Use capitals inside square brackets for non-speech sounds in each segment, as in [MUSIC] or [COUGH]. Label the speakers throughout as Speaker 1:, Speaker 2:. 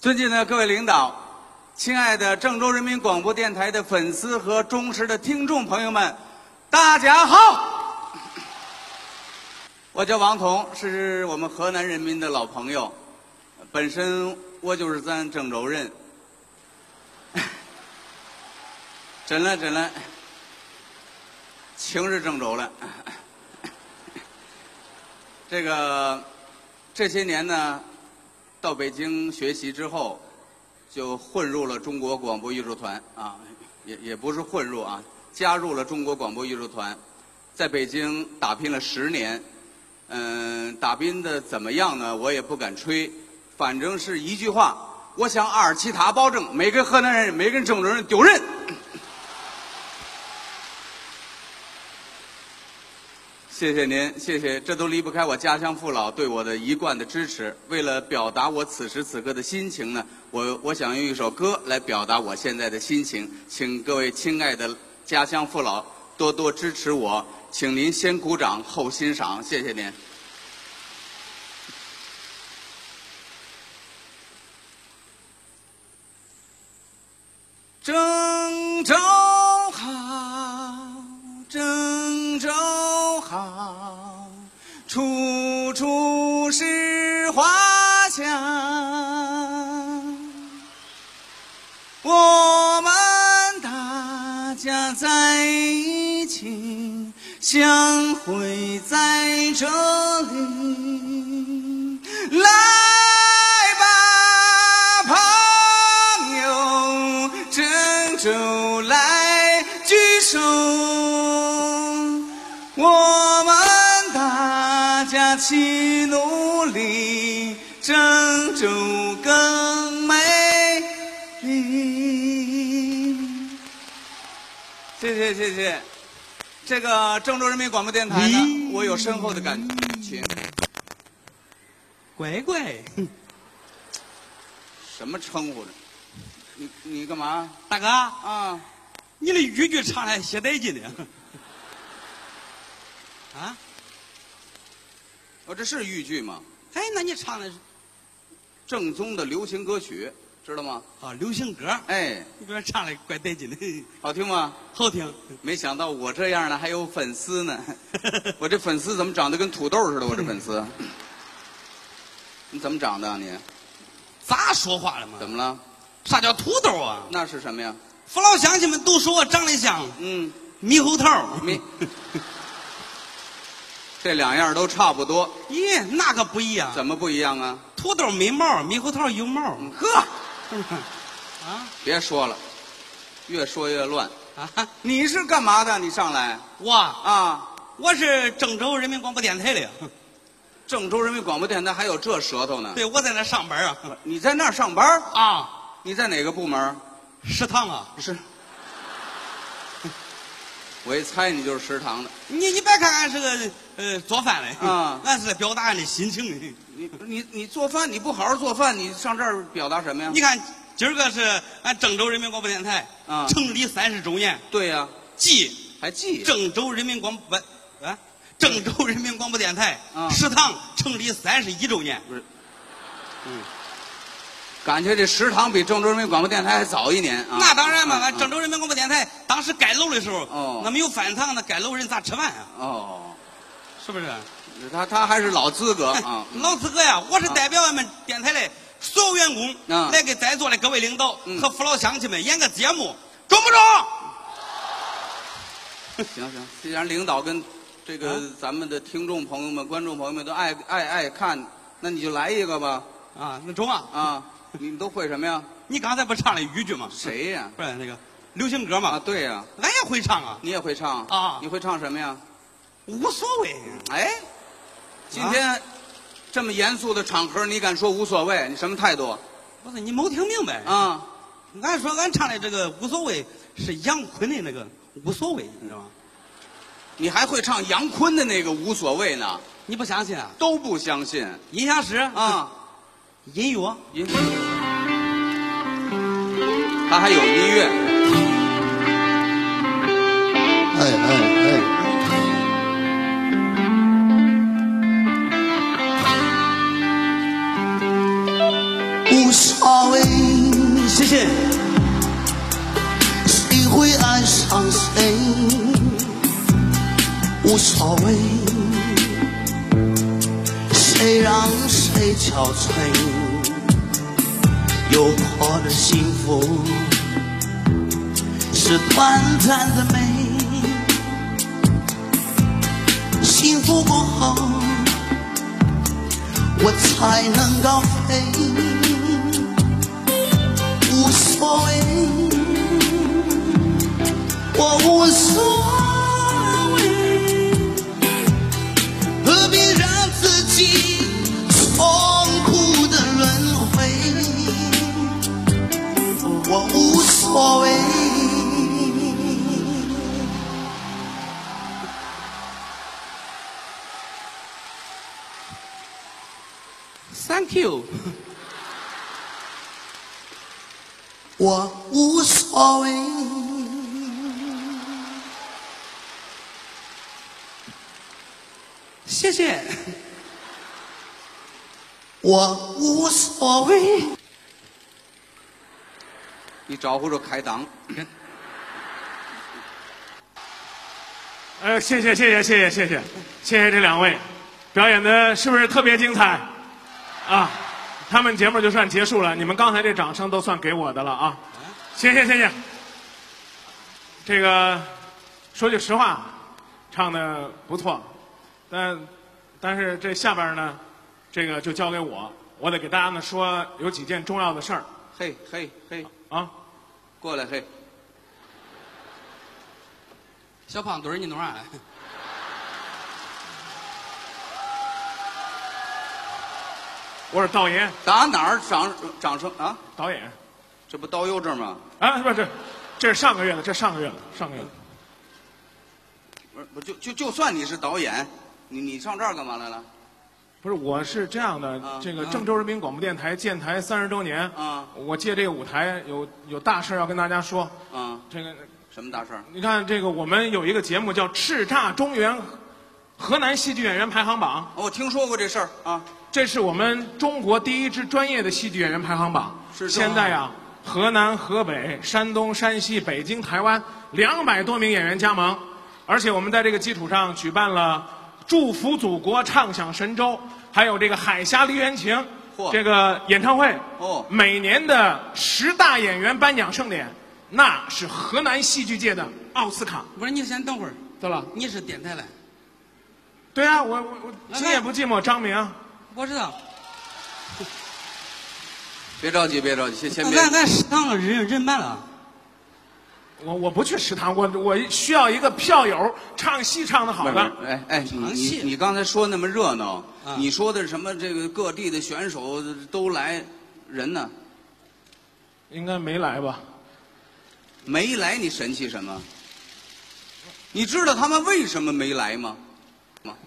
Speaker 1: 尊敬的各位领导，亲爱的郑州人民广播电台的粉丝和忠实的听众朋友们，大家好！我叫王彤，是我们河南人民的老朋友，本身我就是咱郑州人。 [LAUGHS] 真了真了，情是郑州了。 [LAUGHS] 这个这些年呢，到北京学习之后，就混入了中国广播艺术团啊，也也不是混入啊，加入了中国广播艺术团，在北京打拼了十年。嗯，打拼的怎么样呢？我也不敢吹，反正是一句话，我想阿尔奇塔保证，没跟河南人，没跟郑州人丢人。谢谢您，谢谢，这都离不开我家乡父老对我的一贯的支持。为了表达我此时此刻的心情呢，我我想用一首歌来表达我现在的心情，请各位亲爱的家乡父老多多支持我，请您先鼓掌后欣赏，谢谢您。郑州好，郑州好，处处是花香。我们大家在一起，相会在这里。来吧，朋友，郑州来聚首。我们大家齐努力，郑州更美丽。谢谢谢谢，这个郑州人民广播电台嗯呢，我有深厚的感情。
Speaker 2: 乖乖，
Speaker 1: 什么称呼呢？你你干嘛
Speaker 2: 大哥，
Speaker 1: 啊？
Speaker 2: 你的豫剧唱的些带劲的。啊，
Speaker 1: 我这是豫剧吗？
Speaker 2: [LAUGHS] 哎，那你唱的是
Speaker 1: 正宗的流行歌曲，知道吗？
Speaker 2: 啊流行歌，
Speaker 1: 哎，
Speaker 2: 你给我唱的怪带劲的，
Speaker 1: 好听吗？
Speaker 2: [LAUGHS] 好听。 [LAUGHS]
Speaker 1: 没想到我这样的还有粉丝呢， [LAUGHS] 我这粉丝怎么长得跟土豆似的？我这粉丝，你怎么长的、啊？你
Speaker 2: 咋说话了嘛？
Speaker 1: 怎么了？
Speaker 2: 啥叫土豆啊？
Speaker 1: 那是什么呀？
Speaker 2: 父老乡亲们都说我长得像
Speaker 1: 嗯，
Speaker 2: 猕猴桃。
Speaker 1: 没， [LAUGHS] 这两样都差不多，
Speaker 2: [LAUGHS] 咦，那个不一样，
Speaker 1: 怎么不一样啊？
Speaker 2: 土豆没毛，猕猴桃有毛。
Speaker 1: 呵，
Speaker 2: 啊
Speaker 1: 别说了，越说越乱。
Speaker 2: 啊，
Speaker 1: 你是干嘛的？你上来
Speaker 2: 我
Speaker 1: 啊！
Speaker 2: 我是郑州人民广播电台的，
Speaker 1: 郑州人民广播电台还有这舌头呢？
Speaker 2: [LAUGHS] 对我在那上班啊
Speaker 1: 你在那儿上班？
Speaker 2: 啊，
Speaker 1: 你在哪个部门？
Speaker 2: 食堂啊，
Speaker 1: 是， [LAUGHS] 我一猜你就是食堂的。
Speaker 2: 你你别看俺是个呃做饭的
Speaker 1: 啊
Speaker 2: [LAUGHS] 俺是在表达俺的心情。
Speaker 1: 你你你做饭，你不好好做饭，你上这儿表达什么呀
Speaker 2: 你？看，今儿个是俺郑州人民广播电台
Speaker 1: 啊
Speaker 2: 成立三十周年
Speaker 1: 对呀、
Speaker 2: 暨
Speaker 1: 还记
Speaker 2: 郑州人民广播啊郑州人民广播电台
Speaker 1: 啊
Speaker 2: 食堂成立三十一周年。
Speaker 1: 感觉这食堂比郑州人民广播电台还早一年啊。
Speaker 2: 那当然嘛，
Speaker 1: 啊
Speaker 2: 俺郑
Speaker 1: 啊
Speaker 2: 州人民广播电台当时盖楼的时候，
Speaker 1: 哦
Speaker 2: 那没有饭堂，那盖楼人咋吃饭啊？
Speaker 1: 哦，
Speaker 2: 是 [LAUGHS] 不是？
Speaker 1: 他他还是老资格啊
Speaker 2: [LAUGHS] 哎。老资格呀，我是代表俺们电台的所有员工，
Speaker 1: 啊
Speaker 2: 来给在座的各位领导
Speaker 1: 嗯
Speaker 2: 和父老乡亲们演个节目，中不中？
Speaker 1: 行行，既然领导跟这个
Speaker 2: 啊
Speaker 1: 咱们的听众朋友们、观众朋友们都爱爱爱看，那你就来一个吧
Speaker 2: 啊，那中啊！
Speaker 1: 啊！你们都会什么呀？
Speaker 2: 你刚才不唱了豫剧吗？
Speaker 1: 谁呀？
Speaker 2: 不是那个流行歌
Speaker 1: 啊，
Speaker 2: 嘛，
Speaker 1: 对呀，
Speaker 2: 俺也会唱啊，
Speaker 1: 你也会唱
Speaker 2: 啊
Speaker 1: 你会唱什么呀？
Speaker 2: 无所谓。啊
Speaker 1: 哎，今天这么严肃的场合，你敢说无所谓？你什么态度
Speaker 2: 不是你没听明白？
Speaker 1: 啊？
Speaker 2: 俺说俺唱的这个无所谓是杨坤的那个无所谓，你知道吗？
Speaker 1: 你还会唱杨坤的那个无所谓呢？
Speaker 2: 你不相信啊？
Speaker 1: 都不相信
Speaker 2: 音响师啊，
Speaker 1: 啊？
Speaker 2: 音乐
Speaker 1: 音，他还有音乐，
Speaker 3: 哎哎哎，无所谓，
Speaker 2: 信，
Speaker 4: 谁会爱上谁无所谓，谁让谁憔悴，诱惑的幸福是短暂的美，幸福过后我才能高飞，无所谓。我无所谓，何必让自己痛苦的轮回？我无所谓。
Speaker 2: ，Thank you，
Speaker 4: 我无所谓。
Speaker 2: 谢谢，
Speaker 4: 我无所谓，
Speaker 5: 你招呼着开裆，
Speaker 6: 呃，谢谢谢谢谢谢谢谢谢谢这两位，表演的是不是特别精彩？啊，他们节目就算结束了，你们刚才这掌声都算给我的了啊！谢谢谢谢。这个说句实话，唱的不错，但但是这下边呢，这个就交给我，我得给大家呢说有几件重要的事儿
Speaker 5: 嘿嘿嘿，
Speaker 6: 啊。
Speaker 5: 过来嘿，
Speaker 2: 小胖墩儿，你弄啥来？
Speaker 6: 我是导演，
Speaker 5: 打哪儿掌掌声啊？
Speaker 6: 导演
Speaker 5: 这不刀右这儿吗？
Speaker 6: 啊，不是这，这是上个月的，这上个月的，上个月的。
Speaker 5: 不是，不就就就算你是导演，你你上这儿干嘛来了？
Speaker 6: 不是，我是这样的，
Speaker 5: 啊
Speaker 6: 这个
Speaker 5: 啊
Speaker 6: 郑州人民广播电台建台三十周年，
Speaker 5: 啊
Speaker 6: 我借这个舞台有有大事儿要跟大家说。
Speaker 5: 啊，
Speaker 6: 这个
Speaker 5: 什么大事儿？
Speaker 6: 你看，这个我们有一个节目叫《叱咤中原河南戏剧演员排行榜
Speaker 5: 哦我听说过这事儿啊，》，
Speaker 6: 这是我们中国第一支专业的戏剧演员排行榜。
Speaker 5: 是这样
Speaker 6: 现在呀、河南、河北、山东、山西、北京、台湾两百多名演员加盟，而且我们在这个基础上举办了“祝福祖国，唱响神州”，还有这个“海峡梨园情”
Speaker 5: 嚯
Speaker 6: 这个演唱会。
Speaker 5: 哦
Speaker 6: 每年的十大演员颁奖盛典，那是河南戏剧界的奥斯卡，
Speaker 2: 不是，你先等会儿，
Speaker 6: 对吧？
Speaker 2: 你是电台来，
Speaker 6: 对啊，我我我
Speaker 2: 来
Speaker 6: 今夜不寂寞，张明，啊
Speaker 2: 我知道，
Speaker 5: 别着急，别着急，先先别。
Speaker 2: 俺俺食堂人人满了，啊
Speaker 6: 我我不去食堂，我我需要一个票友，唱戏唱的好
Speaker 5: 不是
Speaker 6: 的。
Speaker 5: 不是哎哎，你
Speaker 2: 详
Speaker 5: 你
Speaker 2: 细
Speaker 5: 你刚才说那么热闹，
Speaker 2: 啊
Speaker 5: 你说的什么这个各地的选手都来，人呢
Speaker 6: 应该没来吧？
Speaker 5: 没来，你神气什么？你知道他们为什么没来吗？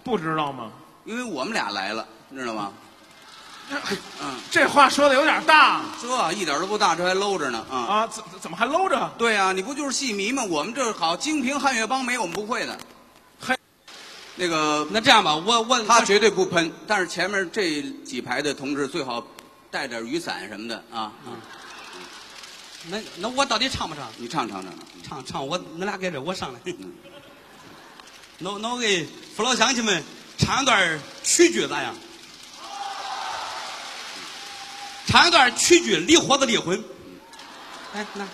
Speaker 6: 不知道吗？
Speaker 5: 因为我们俩来了，知道吗？嗯，
Speaker 6: 这话说的有点大
Speaker 5: 这一点都不大，这还搂着呢啊！
Speaker 6: 啊！怎怎么还搂着？
Speaker 5: 对呀、你不就是戏迷吗？我们这好，京评汉乐帮没有我们不会的。
Speaker 6: 嘿，
Speaker 5: 那个
Speaker 2: 那这样吧，我我
Speaker 5: 他
Speaker 2: 我
Speaker 5: 绝对不喷，但是前面这几排的同志最好带点雨伞什么的啊。
Speaker 2: 那那我到底唱不唱？
Speaker 5: 你唱唱唱唱。
Speaker 2: 唱唱，我恁俩在这，我上来。那那我给父老乡亲们唱一段曲啊剧咋样？唱一段曲剧《离火的离婚》。哎，那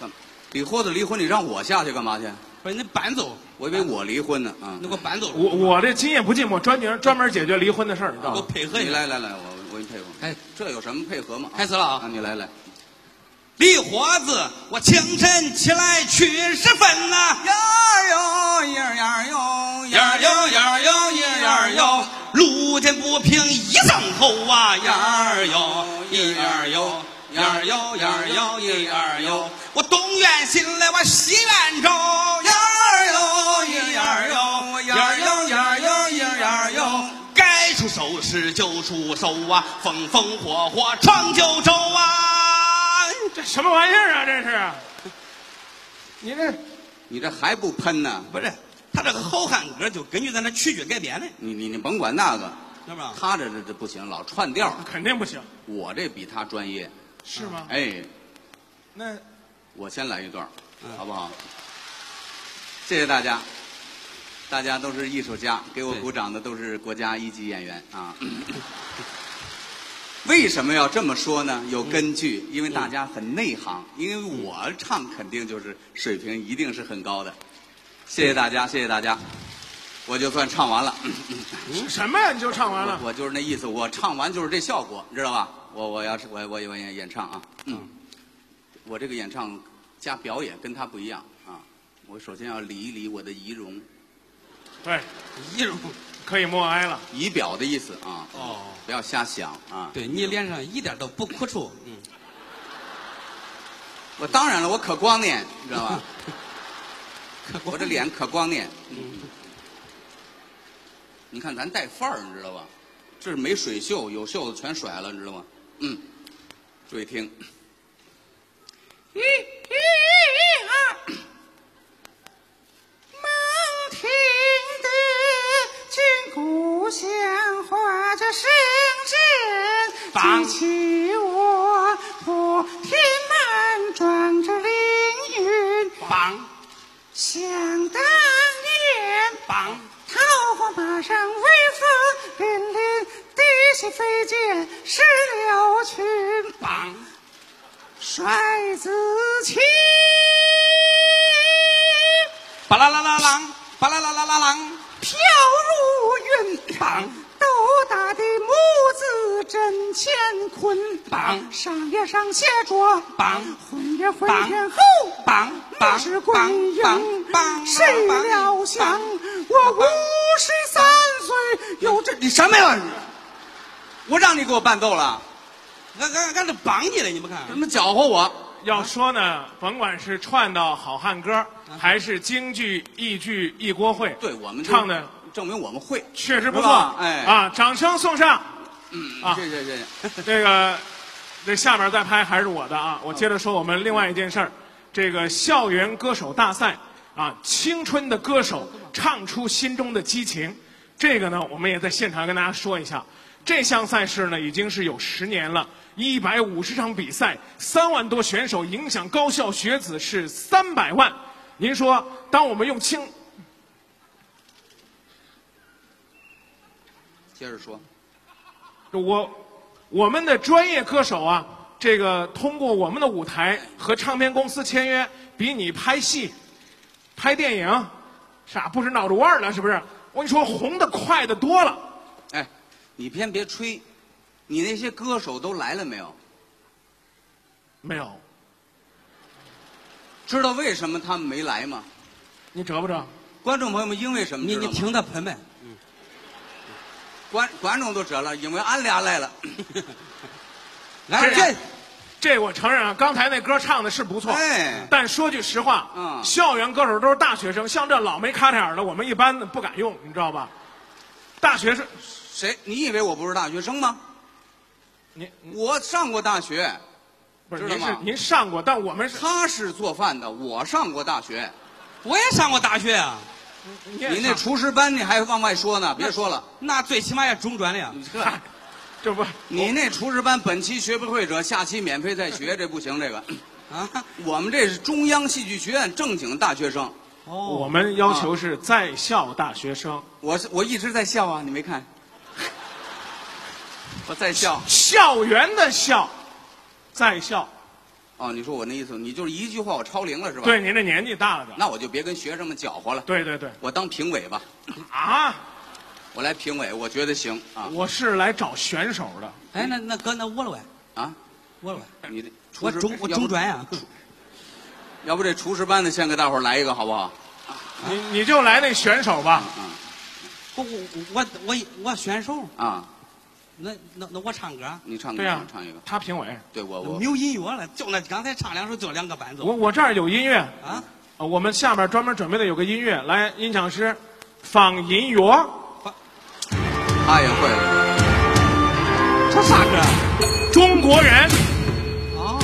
Speaker 5: 干嘛李豁子离婚，你让我下去干嘛去？
Speaker 2: 不是你伴奏，
Speaker 5: 我以为我离婚呢啊！
Speaker 2: 你给我伴奏，
Speaker 6: 我我这今夜不寂寞专门专门解决离婚的事儿，你知道
Speaker 2: 我
Speaker 6: 吗？
Speaker 2: 配合一
Speaker 5: 你
Speaker 2: 下。
Speaker 5: 来来来，我我给你配合。
Speaker 2: 哎，
Speaker 5: 这有什么配合吗？
Speaker 2: 开始了啊
Speaker 5: 啊！你来来，
Speaker 2: 李火子，我清晨起来去十分呐、
Speaker 5: 呀哟呀呀哟
Speaker 2: 呀哟呀哟呀哟，路见不平一丈红啊！呀哟一呀哟呀哟呀哟一呀哟，我东院新来我西院走，呀哟一呀哟呀哟呀哟一呀哟。该出手时就出手啊，风风火火闯九州啊！
Speaker 6: 这什么玩意儿啊？这是？你这
Speaker 5: 你这还不喷呢？
Speaker 2: 不是，他这个好汉歌就根据咱这曲剧改编的，
Speaker 5: 你你你甭管那个，
Speaker 2: 知道吧？
Speaker 5: 他
Speaker 6: 啊
Speaker 5: 这这这不行，老串调。
Speaker 6: 肯定不行，
Speaker 5: 我这比他专业。
Speaker 6: 是吗？
Speaker 5: 哎，
Speaker 6: 啊那
Speaker 5: 我先来一段，好不好？谢谢大家，大家都是艺术家，给我
Speaker 2: 对
Speaker 5: 鼓掌的都是国家一级演员啊。 [COUGHS] 为什么要这么说呢？有根据，因为大家很内行，因为我唱肯定就是水平一定是很高的。谢谢大家，谢谢大家，我就算唱完了。 [COUGHS] 嗯
Speaker 6: 什么呀？你就唱完了
Speaker 5: 我？我就是那意思，我唱完就是这效果，你知道吧？我我要是我我我演演唱啊，嗯，我这个演唱加表演跟他不一样啊。我首先要理一理我的仪容，
Speaker 6: 对，
Speaker 2: 一种
Speaker 6: 可以默哀了。
Speaker 5: 仪表的意思啊，
Speaker 2: 哦，
Speaker 5: 不要瞎想啊。
Speaker 2: 对你脸上一点都不哭出，嗯，
Speaker 5: 我当然了，我可光念，你知道吧？
Speaker 2: [LAUGHS] 可光
Speaker 5: 我这脸可光念。嗯你看咱带范儿，你知道吧？这是没水袖，有袖子全甩了，你知道吗？嗯，注意
Speaker 2: [LAUGHS]
Speaker 5: 听。
Speaker 7: 门庭的军鼓响，画着圣
Speaker 2: 棒
Speaker 7: 人，举起我破天门，转着凌云。
Speaker 2: 梆
Speaker 7: 想当年，
Speaker 2: 梆
Speaker 7: 桃花马上威风凛凛，滴血飞溅石榴裙，
Speaker 2: 梆，
Speaker 7: 帅子旗。
Speaker 2: 巴啦啦啦啷，巴啦啦啦啦啷，
Speaker 7: 飘如云，
Speaker 2: 棒
Speaker 7: 斗大的母子真乾坤，
Speaker 2: 棒
Speaker 7: 上呀上下着，
Speaker 2: 棒
Speaker 7: 混呀混
Speaker 2: 棒
Speaker 7: 前后，
Speaker 2: 梆梆
Speaker 7: 那是
Speaker 2: 梆
Speaker 7: 归
Speaker 2: 梆梆，
Speaker 7: 营。谁料想我五十三岁有
Speaker 2: 有这你什么玩意儿？
Speaker 5: 我让你给我伴奏了，
Speaker 2: 俺俺俺这帮你了，你不看
Speaker 5: 怎么搅和我？
Speaker 6: 要说呢，甭管是串到好汉歌，还是京剧、豫剧、一锅烩，
Speaker 5: 嗯对我们就
Speaker 6: 唱的
Speaker 5: 证明我们会，
Speaker 6: 确实不
Speaker 5: 是
Speaker 6: 错
Speaker 5: 吧。哎
Speaker 6: 啊，掌声送上。啊
Speaker 5: 谢谢谢谢。
Speaker 6: [LAUGHS] 这个，这下面再拍还是我的啊！我接着说我们另外一件事儿，这个校园歌手大赛啊，青春的歌手唱出心中的激情，这个呢，我们也在现场跟大家说一下。这项赛事呢，已经是有十年了，一百五十场比赛，三万多选手，影响高校学子是三百万。您说，当我们用青
Speaker 5: 接着说，
Speaker 6: 我我们的专业歌手啊，这个通过我们的舞台和唱片公司签约，比你拍戏、拍电影，啥不是闹着玩儿了？是不是？我跟你说，红的快的多了。
Speaker 5: 哎，你偏别吹，你那些歌手都来了没有？
Speaker 6: 没有，
Speaker 5: 知道为什么他们没来吗？
Speaker 6: 你折不折？
Speaker 5: 观众朋友们，因为什么
Speaker 2: 你
Speaker 5: 知道
Speaker 2: 你
Speaker 5: 吗？
Speaker 2: 听他喷呗，
Speaker 5: 观观众都折了，因为俺俩来了。
Speaker 2: 俺
Speaker 6: 这
Speaker 2: 这
Speaker 6: 这我承认啊，刚才那歌唱的是不错，
Speaker 5: 哎
Speaker 6: 但说句实话，
Speaker 5: 嗯
Speaker 6: 校园歌手都是大学生，像这老没卡点儿的，我们一般的不敢用，你知道吧？大学生，
Speaker 5: 谁？你以为我不是大学生吗？
Speaker 6: 您
Speaker 2: 嗯
Speaker 6: 您
Speaker 5: 我上过大学，
Speaker 6: 不是
Speaker 5: 知道
Speaker 6: 您
Speaker 5: 吗
Speaker 6: 是您上过，但我们是
Speaker 5: 他是做饭的，我上过大学。
Speaker 2: 我也上过大学啊，
Speaker 6: 你也
Speaker 5: 你那
Speaker 6: 上
Speaker 5: 厨师班你还往外说呢？别说了，
Speaker 2: 那最起码也中专了呀。
Speaker 6: 嗨这不
Speaker 5: 你那厨师班本期学不会者，下期免费再学，这不行，这个。
Speaker 2: 啊，
Speaker 5: [LAUGHS] 我们这是中央戏剧学院正经大学生，
Speaker 6: 哦我们要求是在校大学生，
Speaker 5: 我是我一直在笑啊，你没看？我在笑。
Speaker 6: 校园的校，在校。
Speaker 5: 哦，你说我那意思，你就是一句话我超龄了是吧？。
Speaker 6: 对，您这年纪大了点儿。
Speaker 5: 那我就别跟学生们搅和了，
Speaker 6: 对对对，
Speaker 5: 我当评委吧，
Speaker 6: 啊，
Speaker 5: 我来评委，我觉得行啊
Speaker 6: 我是来找选手的。
Speaker 2: 哎，那那哥，那我了喂，
Speaker 5: 啊！
Speaker 2: 我了喂，
Speaker 5: 你这厨
Speaker 2: 我
Speaker 5: 师
Speaker 2: 中我
Speaker 5: 要不
Speaker 2: 中专
Speaker 6: 啊
Speaker 2: 呀。
Speaker 5: [LAUGHS] 要不这厨师班的先给大伙儿来一个好不好？
Speaker 6: 你你就来那选手吧，
Speaker 2: 我我我我我选手，
Speaker 5: 啊，
Speaker 2: 那那那我唱歌，
Speaker 5: 你唱
Speaker 6: 对啊
Speaker 5: 个，
Speaker 6: 呀、
Speaker 5: 唱一个，
Speaker 6: 他评委，
Speaker 5: 对我我
Speaker 2: 没有音乐了，就那刚才唱两首，就两个伴奏
Speaker 6: 我我这儿有音乐，
Speaker 2: 啊。
Speaker 6: 呃我们下面专门准备的有个音乐，来，音响师，放音乐，
Speaker 5: 他也会了，
Speaker 2: 这啥歌？
Speaker 6: 中国人，
Speaker 2: 啊，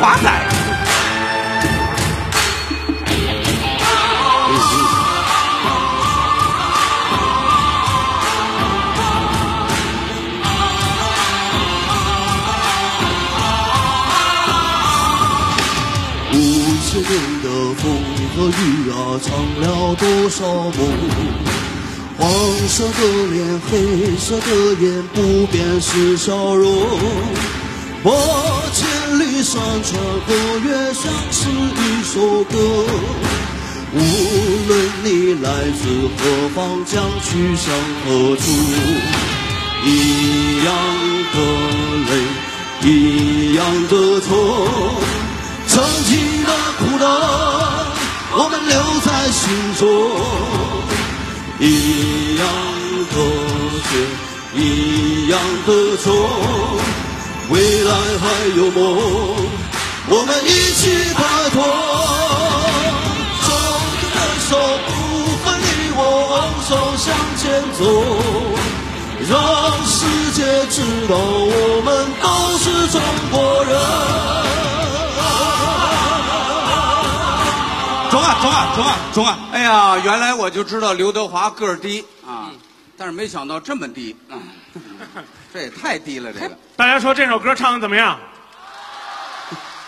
Speaker 2: 华仔。
Speaker 5: 哎
Speaker 4: 千年的风和雨啊，藏了多少梦？黄色的脸，黑色的眼，不变是笑容。我千里山川和月相是一首歌。无论你来自何方，将去向何处。一样的泪，一样的痛，曾经的苦痛，我们留在心中。一样的血，一样的痛，未来还有梦，我们一起开拓。手牵手，不分你我，昂首向前走。让世界知道我们都是中国人。
Speaker 2: 中啊中啊中啊中啊！
Speaker 5: 哎呀，原来我就知道刘德华个儿低啊，但是没想到这么低
Speaker 2: 嗯
Speaker 5: 啊， [LAUGHS] 这也太低了，这个
Speaker 6: 大家说这首歌唱的怎么样？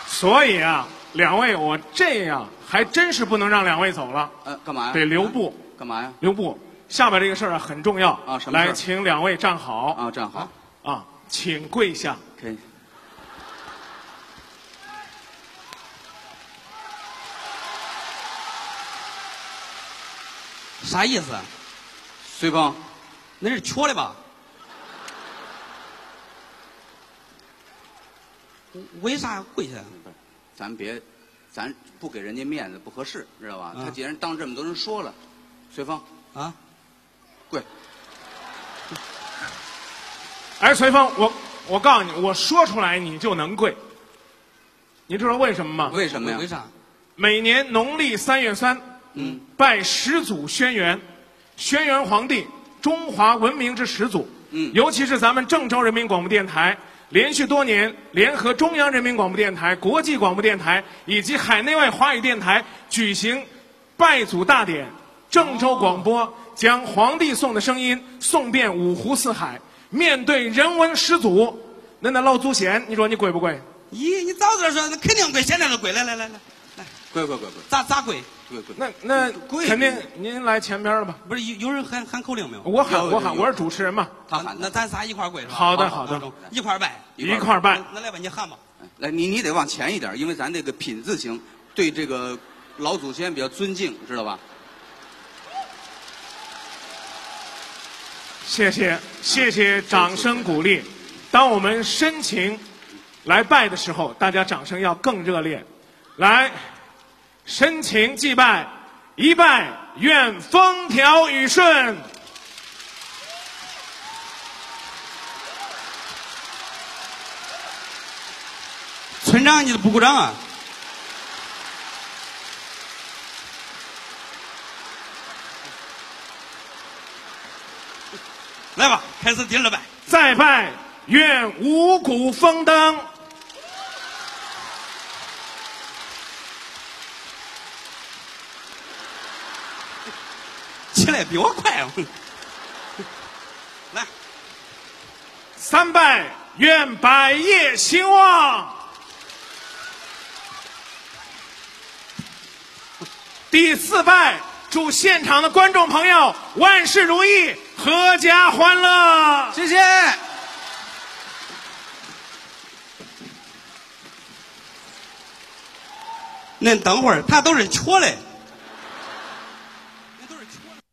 Speaker 6: 所以啊，两位，我这样还真是不能让两位走了，
Speaker 5: 呃，干嘛呀？
Speaker 6: 得留步。
Speaker 5: 干嘛呀？
Speaker 6: 留步，下边这个事儿啊很重要
Speaker 5: 啊什么事儿
Speaker 6: 来，请两位站好
Speaker 5: 啊，站好，
Speaker 6: 啊，请跪下。
Speaker 5: 可以。
Speaker 2: 啥意思？
Speaker 5: 随风，
Speaker 2: 那是缺的吧？为啥跪下？
Speaker 5: 嗯咱别，咱不给人家面子不合适，知道吧？
Speaker 2: 啊
Speaker 5: 他既然当这么多人说了，随风
Speaker 2: 啊？
Speaker 5: 跪，
Speaker 6: 哎，随风，我我告诉你，我说出来你就能跪。你知道嗯为什么吗？
Speaker 5: 为什么
Speaker 2: 为
Speaker 5: 呀？
Speaker 2: 啥？
Speaker 6: 每年农历三月三，嗯，拜始祖轩辕，轩辕皇帝，中华文明之始祖。嗯，尤其是咱们郑州人民广播电台，连续多年联合中央人民广播电台、国际广播电台以及海内外华语电台举行拜祖大典。郑州广播将皇帝颂的声音送遍五湖四海。面对人文始祖，那那老祖先，你说你跪不跪？
Speaker 2: 咦，你早点说，那肯定跪，现在就跪。来来来来来，
Speaker 5: 跪跪跪跪
Speaker 2: 咋咋跪？
Speaker 5: 跪跪。
Speaker 6: 那那
Speaker 2: 跪
Speaker 6: 肯定，您来前边了吧？
Speaker 2: 不是有有人喊喊口令没有？
Speaker 6: 我喊
Speaker 5: 有
Speaker 6: 我喊，
Speaker 5: 有
Speaker 6: 我是主持人嘛。
Speaker 5: 哦他喊
Speaker 2: 那
Speaker 5: 的，
Speaker 2: 咱仨一块儿跪是吧？
Speaker 6: 好的好的
Speaker 2: 中一块儿拜。
Speaker 6: 一块儿办。
Speaker 2: 那那来吧，你喊吧。
Speaker 5: 哎来，你你得往前一点，因为咱这个品字形对这个老祖先比较尊敬，知道吧？
Speaker 6: 谢谢谢谢掌声鼓励。当我们深情来拜的时候，大家掌声要更热烈。来，深情祭拜，一拜愿风调雨顺。
Speaker 2: 村长，你都不鼓掌啊？来吧，开始第二拜。
Speaker 6: 再拜愿五谷丰登。
Speaker 2: 起来比我快、啊。 [LAUGHS] 来，
Speaker 6: 三拜愿百业兴旺。第四拜，祝现场的观众朋友万事如意，阖家欢乐。
Speaker 5: 谢谢。
Speaker 2: 恁等会儿，他都是瘸嘞。恁都是瘸嘞。